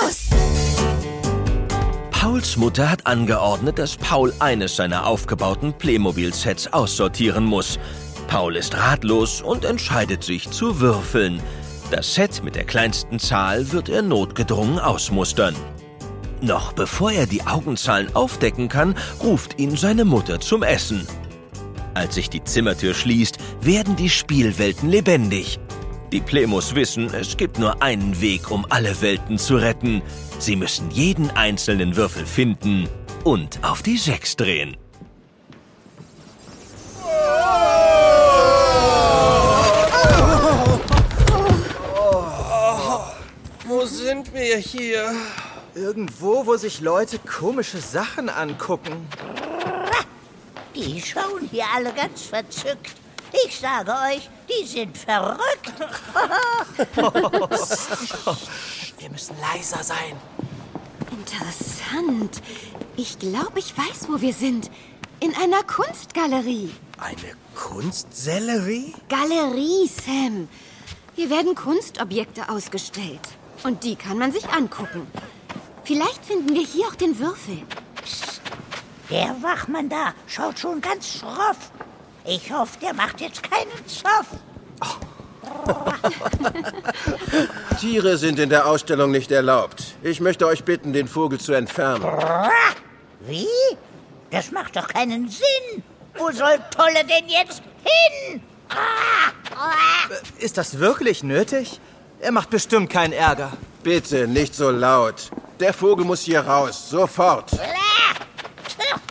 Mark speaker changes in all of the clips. Speaker 1: los!
Speaker 2: Pauls Mutter hat angeordnet, dass Paul eines seiner aufgebauten Playmobil-Sets aussortieren muss. Paul ist ratlos und entscheidet sich zu würfeln. Das Set mit der kleinsten Zahl wird er notgedrungen ausmustern. Noch bevor er die Augenzahlen aufdecken kann, ruft ihn seine Mutter zum Essen. Als sich die Zimmertür schließt, werden die Spielwelten lebendig. Die Plemos wissen, es gibt nur einen Weg, um alle Welten zu retten. Sie müssen jeden einzelnen Würfel finden und auf die Sechs drehen.
Speaker 3: Wo sind wir hier?
Speaker 4: Irgendwo, wo sich Leute komische Sachen angucken.
Speaker 5: Die schauen hier alle ganz verzückt. Ich sage euch, die sind verrückt.
Speaker 4: Wir müssen leiser sein.
Speaker 1: Interessant. Ich glaube, ich weiß, wo wir sind. In einer Kunstgalerie.
Speaker 4: Eine Kunstsellerie?
Speaker 1: Galerie, Sam. Hier werden Kunstobjekte ausgestellt. Und die kann man sich angucken. Vielleicht finden wir hier auch den Würfel.
Speaker 5: Der Wachmann da schaut schon ganz schroff. Ich hoffe, der macht jetzt keinen Zoff.
Speaker 6: Tiere sind in der Ausstellung nicht erlaubt. Ich möchte euch bitten, den Vogel zu entfernen.
Speaker 5: Ah, Wie? Das macht doch keinen Sinn. Wo soll Tolle denn jetzt hin? Ah, ah.
Speaker 4: Ist das wirklich nötig? Er macht bestimmt keinen Ärger.
Speaker 6: Bitte nicht so laut. Der Vogel muss hier raus. Sofort.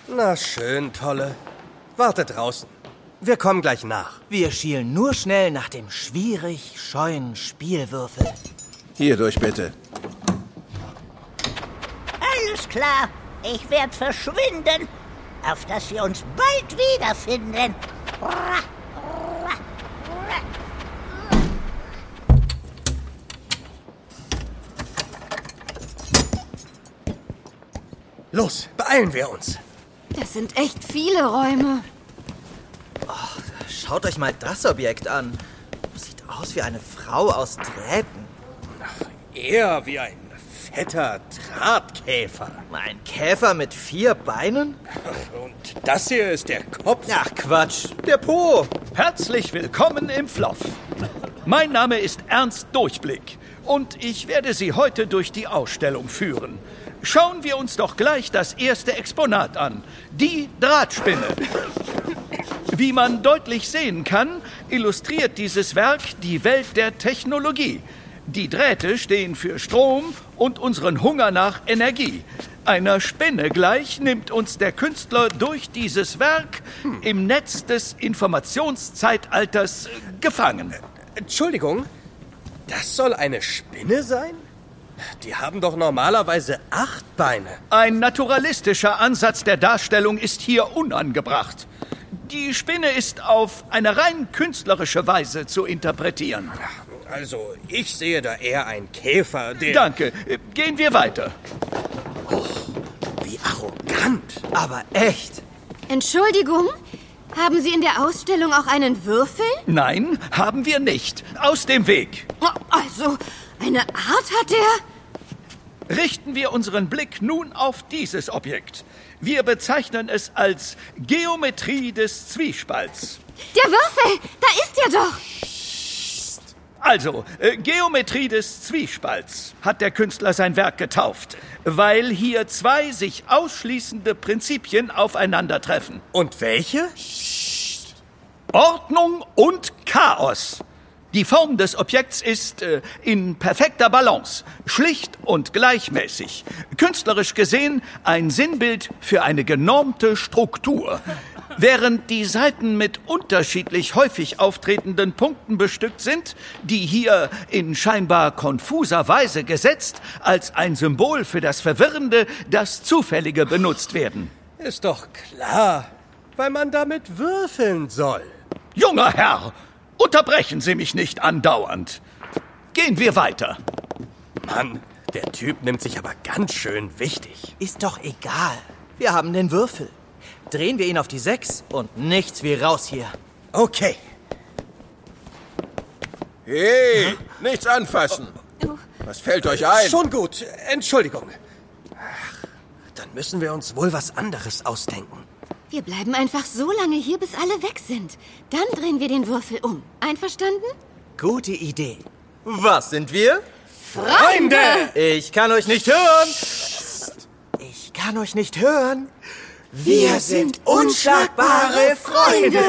Speaker 3: Na schön, Tolle. Warte draußen. Wir kommen gleich nach.
Speaker 4: Wir schielen nur schnell nach dem schwierig scheuen Spielwürfel.
Speaker 6: Hierdurch bitte.
Speaker 5: Alles klar. Ich werde verschwinden. Auf dass wir uns bald wiederfinden.
Speaker 3: Los, beeilen wir uns.
Speaker 1: Das sind echt viele Räume.
Speaker 4: Schaut euch mal das Objekt an. Sieht aus wie eine Frau aus Drähten.
Speaker 3: Er wie ein fetter Drahtkäfer.
Speaker 4: Ein Käfer mit vier Beinen?
Speaker 3: Und das hier ist der Kopf.
Speaker 4: Ach Quatsch, der Po.
Speaker 7: Herzlich willkommen im Fluff. Mein Name ist Ernst Durchblick und ich werde Sie heute durch die Ausstellung führen. Schauen wir uns doch gleich das erste Exponat an, die Drahtspinne. Wie man deutlich sehen kann, illustriert dieses Werk die Welt der Technologie. Die Drähte stehen für Strom und unseren Hunger nach Energie. Einer Spinne gleich nimmt uns der Künstler durch dieses Werk im Netz des Informationszeitalters gefangen.
Speaker 3: Entschuldigung, das soll eine Spinne sein? Die haben doch normalerweise acht Beine.
Speaker 7: Ein naturalistischer Ansatz der Darstellung ist hier unangebracht. Die Spinne ist auf eine rein künstlerische Weise zu interpretieren.
Speaker 3: Also, ich sehe da eher einen Käfer, der...
Speaker 7: Danke. Gehen wir weiter.
Speaker 3: Wie arrogant.
Speaker 4: Aber echt.
Speaker 1: Entschuldigung, haben Sie in der Ausstellung auch einen Würfel?
Speaker 7: Nein, haben wir nicht. Aus dem Weg.
Speaker 1: Oh, Also, eine Art hat er?
Speaker 7: Richten wir unseren Blick nun auf dieses Objekt. Wir bezeichnen es als Geometrie des Zwiespalts.
Speaker 1: Der Würfel, da ist er doch.
Speaker 7: Also, äh, Geometrie des Zwiespalts hat der Künstler sein Werk getauft, weil hier zwei sich ausschließende Prinzipien aufeinandertreffen.
Speaker 3: Und welche?
Speaker 7: Ordnung und Chaos. Die Form des Objekts ist äh, in perfekter Balance, schlicht und gleichmäßig. Künstlerisch gesehen ein Sinnbild für eine genormte Struktur. Während die Seiten mit unterschiedlich häufig auftretenden Punkten bestückt sind, die hier in scheinbar konfuser Weise gesetzt als ein Symbol für das Verwirrende, das Zufällige benutzt werden.
Speaker 3: Ist doch klar, weil man damit würfeln soll.
Speaker 7: Junger Herr, unterbrechen Sie mich nicht andauernd. Gehen wir weiter.
Speaker 3: Mann, der Typ nimmt sich aber ganz schön wichtig.
Speaker 4: Ist doch egal. Wir haben den Würfel. Drehen wir ihn auf die Sechs und nichts wie raus hier.
Speaker 3: Okay,
Speaker 6: Hey, nichts anfassen. Was fällt euch ein?
Speaker 3: Schon gut. Entschuldigung. Ach, Dann müssen wir uns wohl was anderes ausdenken.
Speaker 1: Wir bleiben einfach so lange hier, bis alle weg sind. Dann drehen wir den Würfel um. Einverstanden?
Speaker 4: Gute Idee. Was sind wir?
Speaker 3: Freunde!
Speaker 4: Ich kann euch nicht hören. Ich kann euch nicht hören. Wir sind unschlagbare Freunde.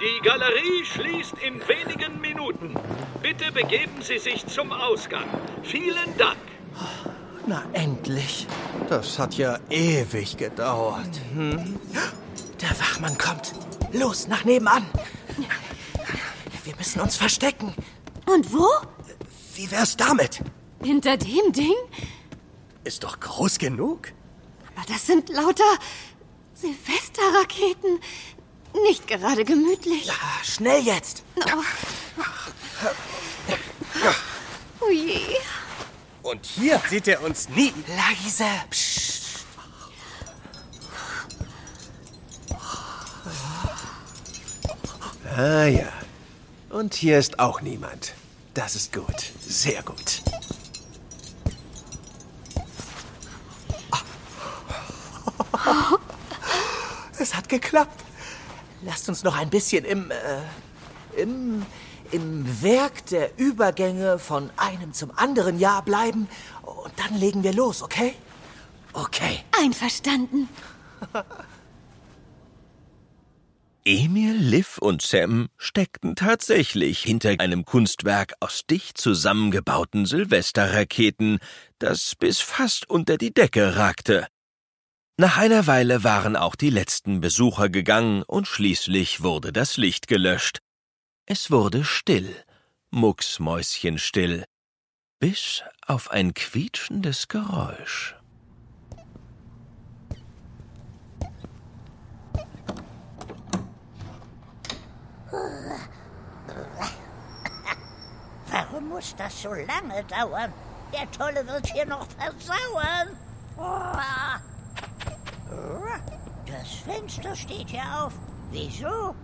Speaker 7: Die Galerie schließt in wenigen Minuten. Bitte begeben Sie sich zum Ausgang. Vielen Dank.
Speaker 4: Na endlich.
Speaker 3: Das hat ja ewig gedauert.
Speaker 4: Hm. Der Wachmann kommt. Los, nach nebenan. Wir müssen uns verstecken.
Speaker 1: Und wo?
Speaker 3: Wie wär's damit?
Speaker 1: Hinter dem Ding?
Speaker 3: Ist doch groß genug.
Speaker 1: Aber das sind lauter Silvesterraketen. Nicht gerade gemütlich.
Speaker 4: Ah, Schnell jetzt.
Speaker 1: Oh je.
Speaker 3: Und hier sieht er uns nie.
Speaker 4: Leise. Psst.
Speaker 6: Ah ja. Und hier ist auch niemand. Das ist gut. Sehr gut.
Speaker 4: Es hat geklappt. Lasst uns noch ein bisschen im, äh, im, im Werk der Übergänge von einem zum anderen Jahr bleiben. Und dann legen wir los, okay? Okay.
Speaker 1: Einverstanden.
Speaker 2: Emil, Liv und Sam steckten tatsächlich hinter einem Kunstwerk aus dicht zusammengebauten Silvesterraketen, das bis fast unter die Decke ragte. Nach einer Weile waren auch die letzten Besucher gegangen und schließlich wurde das Licht gelöscht. Es wurde still, mucksmäuschenstill, bis auf ein quietschendes Geräusch.
Speaker 5: Warum muss das so lange dauern? Der Tolle wird hier noch versauern. Oh. Das Fenster steht ja auf. Wieso?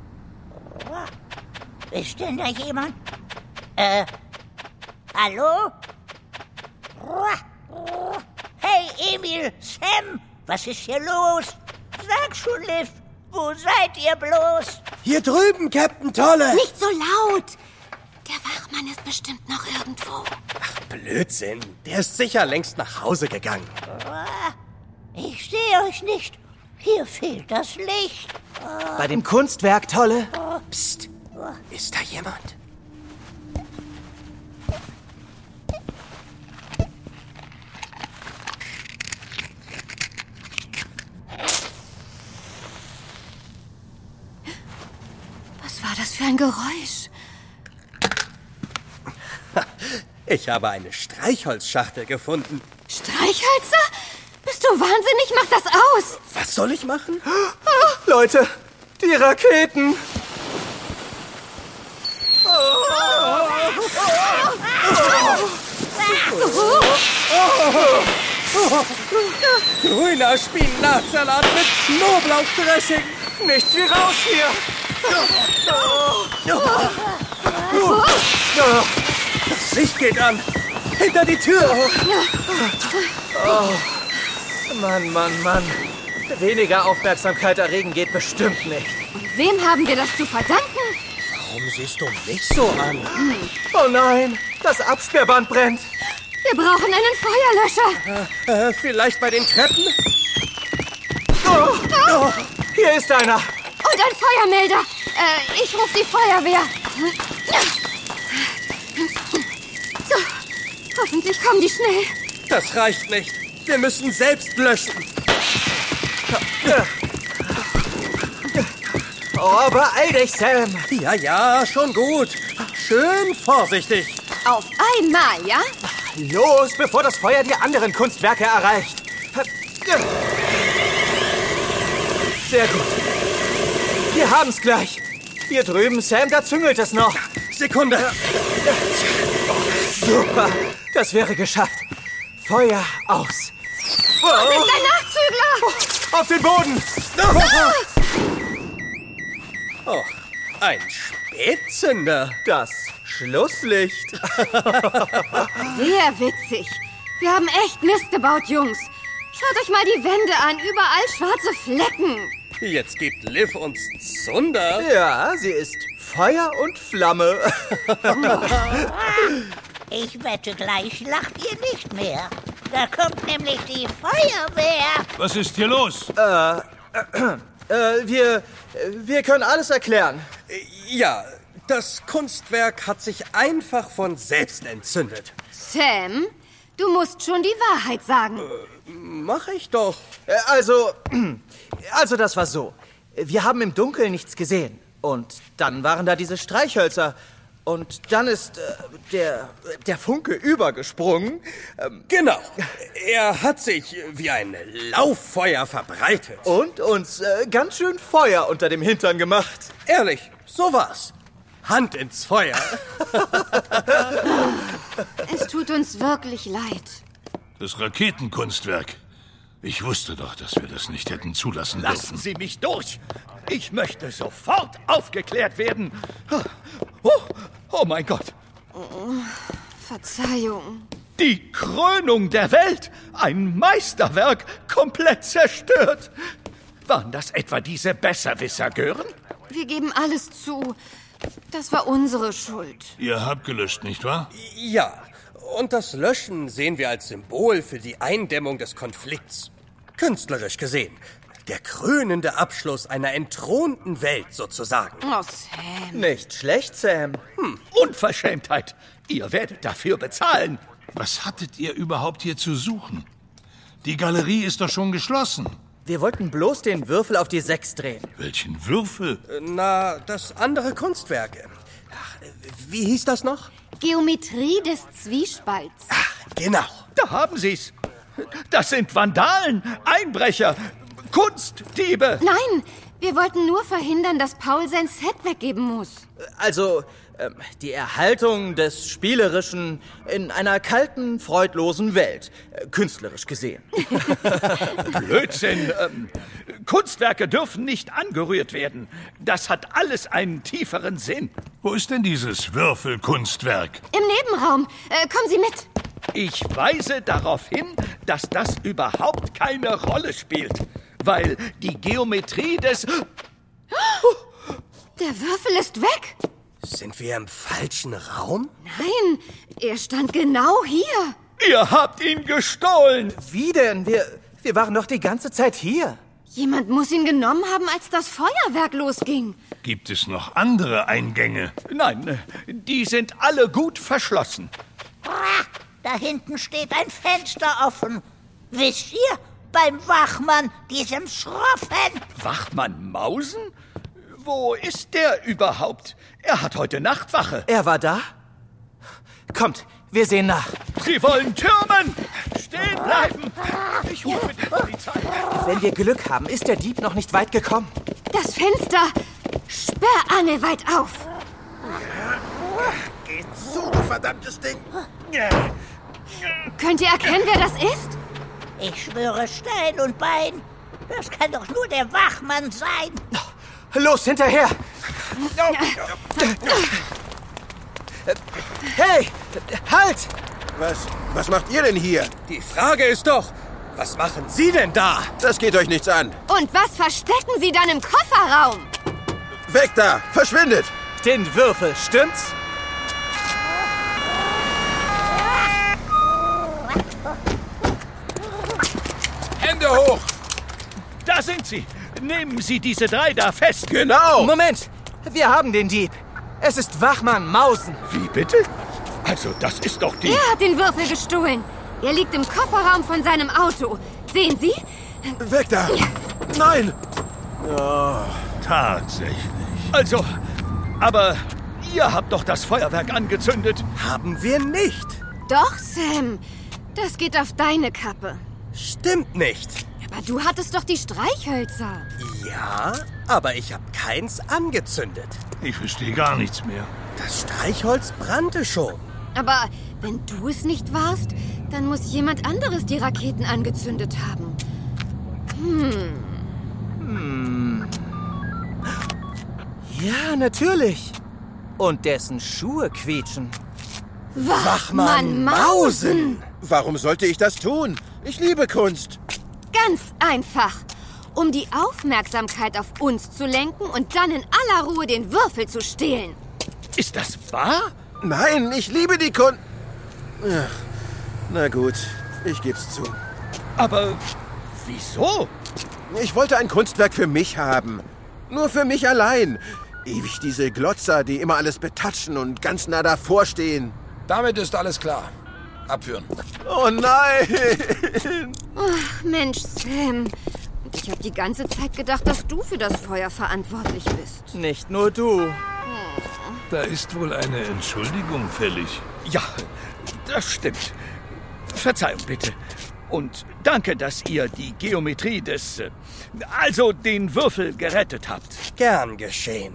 Speaker 5: Ist denn da jemand? Äh, hallo? Hey, Emil, Sam, was ist hier los? Sag schon, Liv, wo seid ihr bloß?
Speaker 3: Hier drüben, Captain Tolle!
Speaker 1: Nicht so laut. Der Wachmann ist bestimmt noch irgendwo.
Speaker 3: Blödsinn. Der ist sicher längst nach Hause gegangen.
Speaker 5: Ah, Ich sehe euch nicht. Hier fehlt das Licht.
Speaker 4: Bei dem Kunstwerk, Tolle.
Speaker 3: Psst. Ist da jemand?
Speaker 1: Was war das für ein Geräusch?
Speaker 3: Ich habe eine Streichholzschachtel gefunden.
Speaker 1: Streichhölzer? Bist du wahnsinnig? Mach das aus!
Speaker 3: Was soll ich machen?
Speaker 4: Leute, die Raketen.
Speaker 3: Grüner Spinatsalat mit Knoblauchdressing. Nichts wie raus hier. Das Licht geht an. Hinter die Tür. Oh,
Speaker 4: Mann, Mann, Mann. Weniger Aufmerksamkeit erregen geht bestimmt nicht.
Speaker 1: Wem haben wir das zu verdanken?
Speaker 3: Warum siehst du mich so an?
Speaker 4: Oh nein, das Absperrband brennt.
Speaker 1: Wir brauchen einen Feuerlöscher.
Speaker 3: Äh, vielleicht bei den Treppen?
Speaker 4: Hier ist einer.
Speaker 1: Und ein Feuermelder. Äh, ich rufe die Feuerwehr. So, hoffentlich kommen die schnell.
Speaker 3: Das reicht nicht. Wir müssen selbst löschen.
Speaker 4: Oh, beeil dich, Sam.
Speaker 3: Ja, ja, schon gut. Schön vorsichtig.
Speaker 1: Auf einmal, ja?
Speaker 4: Los, bevor das Feuer die anderen Kunstwerke erreicht. Sehr gut. Wir haben's gleich. Hier drüben, Sam, da züngelt es noch.
Speaker 3: Sekunde.
Speaker 4: Super, das wäre geschafft. Feuer aus.
Speaker 1: Ist ein Nachzügler!
Speaker 4: Auf den Boden!
Speaker 3: Oh, ein Spätzünder.
Speaker 4: Das Schlusslicht.
Speaker 1: Sehr witzig. Wir haben echt Mist gebaut, Jungs. Schaut euch mal die Wände an. Überall schwarze Flecken.
Speaker 3: Jetzt gibt Liv uns Zunder.
Speaker 4: Ja, sie ist Feuer und Flamme.
Speaker 5: Ich wette, gleich lacht ihr nicht mehr. Da kommt nämlich die Feuerwehr.
Speaker 8: Was ist hier los?
Speaker 4: Äh, wir, äh, wir können alles erklären.
Speaker 3: Ja, das Kunstwerk hat sich einfach von selbst entzündet.
Speaker 1: Sam, du musst schon die Wahrheit sagen.
Speaker 3: Mach ich doch.
Speaker 4: Äh, Also, also das war so. Wir haben im Dunkeln nichts gesehen. Und dann waren da diese Streichhölzer. Und dann ist äh, der, der Funke übergesprungen. Ähm,
Speaker 3: Genau. Er hat sich wie ein Lauffeuer verbreitet.
Speaker 4: und uns äh, ganz schön Feuer unter dem Hintern gemacht.
Speaker 3: Ehrlich, so war's. Hand ins Feuer.
Speaker 1: Es tut uns wirklich leid.
Speaker 8: Das Raketenkunstwerk. Ich wusste doch, dass wir das nicht hätten zulassen
Speaker 7: Lassen
Speaker 8: dürfen.
Speaker 7: Sie mich durch. Ich möchte sofort aufgeklärt werden. Oh, oh mein Gott.
Speaker 1: Verzeihung.
Speaker 7: Die Krönung der Welt! Ein Meisterwerk, komplett zerstört! Waren das etwa diese Besserwisser-Gören?
Speaker 1: Wir geben alles zu. Das war unsere Schuld.
Speaker 8: Ihr habt gelöscht, nicht wahr?
Speaker 3: Ja, und das Löschen sehen wir als Symbol für die Eindämmung des Konflikts. Künstlerisch gesehen. Der krönende Abschluss einer entthronten Welt sozusagen.
Speaker 1: Oh, Sam.
Speaker 4: Nicht schlecht, Sam.
Speaker 7: Unverschämtheit! Ihr werdet dafür bezahlen!
Speaker 8: Was hattet ihr überhaupt hier zu suchen? Die Galerie ist doch schon geschlossen.
Speaker 4: Wir wollten bloß den Würfel auf die Sechs drehen.
Speaker 8: Welchen Würfel?
Speaker 3: Na, das andere Kunstwerk. Ach, Wie hieß das noch?
Speaker 1: Geometrie des Zwiespalts.
Speaker 3: Genau.
Speaker 7: Da haben sie's! Das sind Vandalen, Einbrecher, Kunstdiebe!
Speaker 1: Nein, wir wollten nur verhindern, dass Paul sein Set weggeben muss.
Speaker 4: Also, ähm, die Erhaltung des Spielerischen in einer kalten, freudlosen Welt. Äh, künstlerisch gesehen.
Speaker 7: Blödsinn! Ähm, Kunstwerke dürfen nicht angerührt werden. Das hat alles einen tieferen Sinn.
Speaker 8: Wo ist denn dieses Würfelkunstwerk?
Speaker 1: Im Nebenraum. Äh, kommen Sie mit.
Speaker 7: Ich weise darauf hin, dass das überhaupt keine Rolle spielt, weil die Geometrie des...
Speaker 1: Der Würfel ist weg.
Speaker 3: Sind wir im falschen Raum?
Speaker 1: Nein, er stand genau hier.
Speaker 7: Ihr habt ihn gestohlen!
Speaker 4: Wie denn? Wir, wir waren doch die ganze Zeit hier.
Speaker 1: Jemand muss ihn genommen haben, als das Feuerwerk losging.
Speaker 8: Gibt es noch andere Eingänge?
Speaker 7: Nein, die sind alle gut verschlossen.
Speaker 5: Ah, Da hinten steht ein Fenster offen. Wisst ihr, beim Wachmann, diesem Schroffen.
Speaker 7: Wachmann Mausen? Wo ist der überhaupt? Er hat heute Nachtwache.
Speaker 4: Er war da? Kommt, wir sehen nach.
Speaker 7: Sie wollen türmen! Stehen bleiben! Ich rufe die Polizei.
Speaker 4: Wenn wir Glück haben, ist der Dieb noch nicht weit gekommen.
Speaker 1: Das Fenster. Sperr angelweit auf.
Speaker 6: So, du verdammtes Ding.
Speaker 1: Könnt ihr erkennen, wer das ist?
Speaker 5: Ich schwöre Stein und Bein. Das kann doch nur der Wachmann sein.
Speaker 4: Los, hinterher! Hey, halt!
Speaker 6: Was, was macht ihr denn hier?
Speaker 3: Die Frage ist doch, was machen Sie denn da?
Speaker 6: Das geht euch nichts an.
Speaker 1: Und was verstecken Sie dann im Kofferraum?
Speaker 6: Weg da! Verschwindet!
Speaker 4: Den Würfel, stimmt's?
Speaker 6: Hände hoch!
Speaker 7: Da sind sie. Nehmen Sie diese drei da fest.
Speaker 6: Genau!
Speaker 4: Moment, wir haben den Dieb. Es ist Wachmann Mausen.
Speaker 7: Wie bitte? Also, das ist doch die...
Speaker 1: Er hat den Würfel gestohlen. Er liegt im Kofferraum von seinem Auto. Sehen Sie?
Speaker 6: Weg da! Nein!
Speaker 8: Tatsächlich.
Speaker 7: Also, aber ihr habt doch das Feuerwerk angezündet.
Speaker 3: Haben wir nicht.
Speaker 1: Doch, Sam. Das geht auf deine Kappe.
Speaker 3: Stimmt nicht.
Speaker 1: Aber du hattest doch die Streichhölzer.
Speaker 3: Ja, aber ich habe keins angezündet.
Speaker 8: Ich verstehe gar nichts mehr.
Speaker 3: Das Streichholz brannte schon.
Speaker 1: Aber Wenn du es nicht warst, dann muss jemand anderes die Raketen angezündet haben.
Speaker 9: Ja, natürlich. Und dessen Schuhe quietschen.
Speaker 1: Wachmann
Speaker 10: Mausen!
Speaker 6: Warum sollte ich das tun? Ich liebe Kunst.
Speaker 1: Ganz einfach. Um die Aufmerksamkeit auf uns zu lenken und dann in aller Ruhe den Würfel zu stehlen.
Speaker 7: Ist das wahr?
Speaker 6: Nein, ich liebe die Kunst. Na gut, ich geb's zu.
Speaker 7: Aber wieso?
Speaker 6: Ich wollte ein Kunstwerk für mich haben. Nur für mich allein. Ewig diese Glotzer, die immer alles betatschen und ganz nah davor stehen.
Speaker 11: Damit ist alles klar. Abführen.
Speaker 6: Oh nein!
Speaker 1: Mensch, Sam. Und ich habe die ganze Zeit gedacht, dass du für das Feuer verantwortlich bist.
Speaker 9: Nicht nur du.
Speaker 11: Da ist wohl eine Entschuldigung fällig.
Speaker 7: Ja, das stimmt. Verzeihung bitte. Und danke, dass ihr die Geometrie des, äh, also den Würfel gerettet habt.
Speaker 10: Gern geschehen.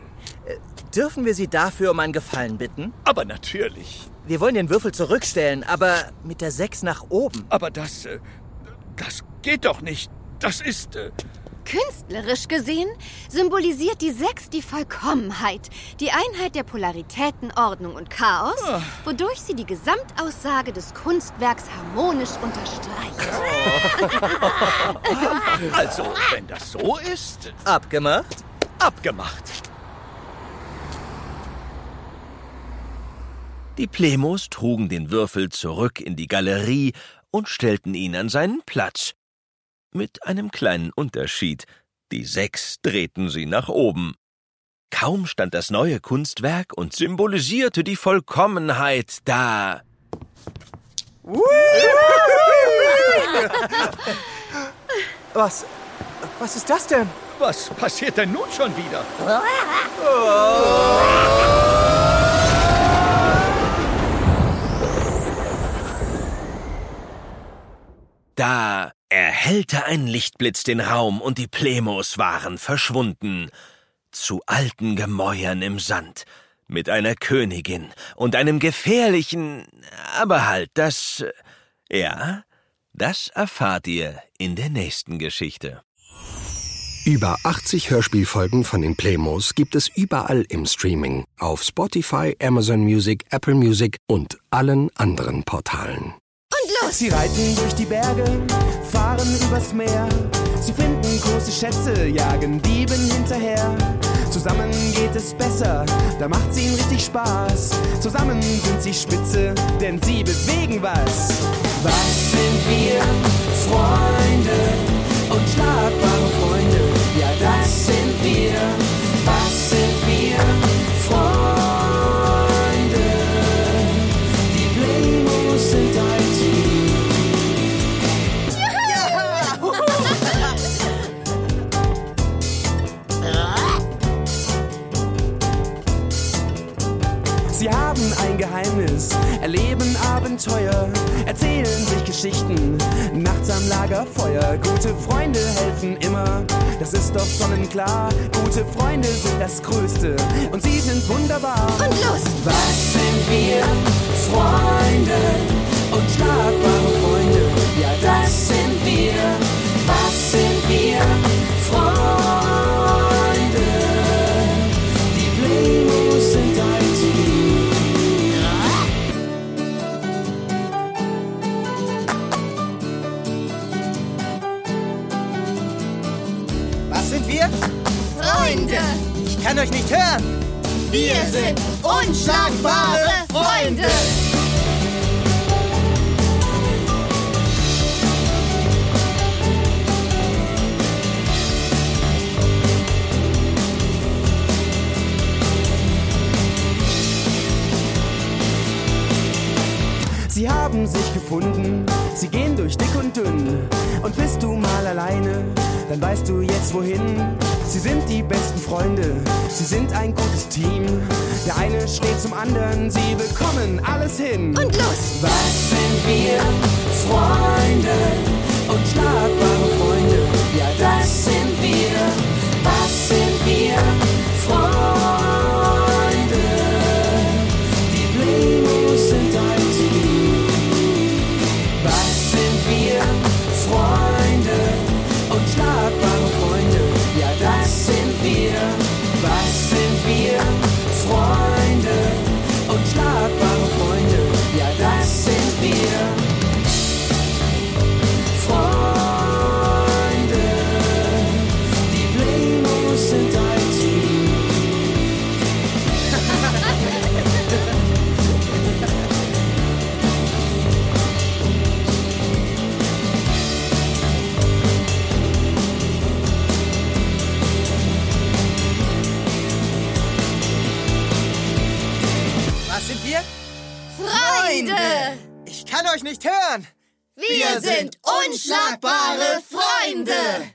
Speaker 9: Dürfen wir Sie dafür um einen Gefallen bitten?
Speaker 7: Aber natürlich.
Speaker 9: Wir wollen den Würfel zurückstellen, aber mit der 6 nach oben.
Speaker 7: Aber das, äh, das geht doch nicht. Das ist, äh,
Speaker 1: Künstlerisch gesehen symbolisiert die Sechs die Vollkommenheit, die Einheit der Polaritäten, Ordnung und Chaos,
Speaker 6: Ah.
Speaker 1: wodurch sie die Gesamtaussage des Kunstwerks harmonisch unterstreicht.
Speaker 7: also, wenn das so ist,
Speaker 9: Abgemacht?
Speaker 7: abgemacht.
Speaker 2: Die Plemos trugen den Würfel zurück in die Galerie und stellten ihn an seinen Platz. Mit einem kleinen Unterschied. Die sechs drehten sie nach oben. Kaum stand das neue Kunstwerk und symbolisierte die Vollkommenheit da.
Speaker 9: Was? Was ist das denn?
Speaker 7: Was passiert denn nun schon wieder?
Speaker 2: Da erhellte ein Lichtblitz den Raum und die Plemos waren verschwunden. Zu alten Gemäuern im Sand. Mit einer Königin und einem gefährlichen, aber halt, das, äh, ja, das erfahrt ihr in der nächsten Geschichte.
Speaker 3: Über 80 Hörspielfolgen von den Playmos gibt es überall im Streaming. Auf Spotify, Amazon Music, Apple Music und allen anderen Portalen.
Speaker 4: Sie reiten durch die Berge, fahren übers Meer. Sie finden große Schätze, jagen Dieben hinterher. Zusammen geht es besser, da macht's ihnen richtig Spaß. Zusammen sind sie spitze, denn sie bewegen was. Was sind wir? Freunde und schlagbare Freunde, ja, das sind wir. Was sind wir? Freunde, die Playmos sind ein Team. Sie haben ein Geheimnis, erleben Abenteuer, erzählen sich Geschichten, nachts am Lagerfeuer. Gute Freunde helfen immer, das ist doch sonnenklar. Gute Freunde sind das Größte und sie sind wunderbar. Und los! Was sind wir? Freunde und schlagbare Freunde, ja, das sind wir. Was sind wir? Freunde, die Playmos sind ein Team.
Speaker 9: Was sind wir?
Speaker 1: Freunde,
Speaker 9: Ich kann euch nicht hören.
Speaker 1: wir sind unschlagbare Freunde.
Speaker 4: Sie haben sich gefunden, sie gehen durch dick und dünn. Und bist du mal alleine, dann weißt du jetzt wohin. Sie sind die besten Freunde, sie sind ein gutes Team. Der eine steht zum anderen, sie bekommen alles hin. Und los! Was sind wir? Freunde und schlagbare Freunde, ja das sind wir. Was sind wir? Freunde, die Playmos sind ein Team.
Speaker 1: Freunde!
Speaker 4: Ich kann euch nicht hören!
Speaker 1: Wir sind unschlagbare Freunde!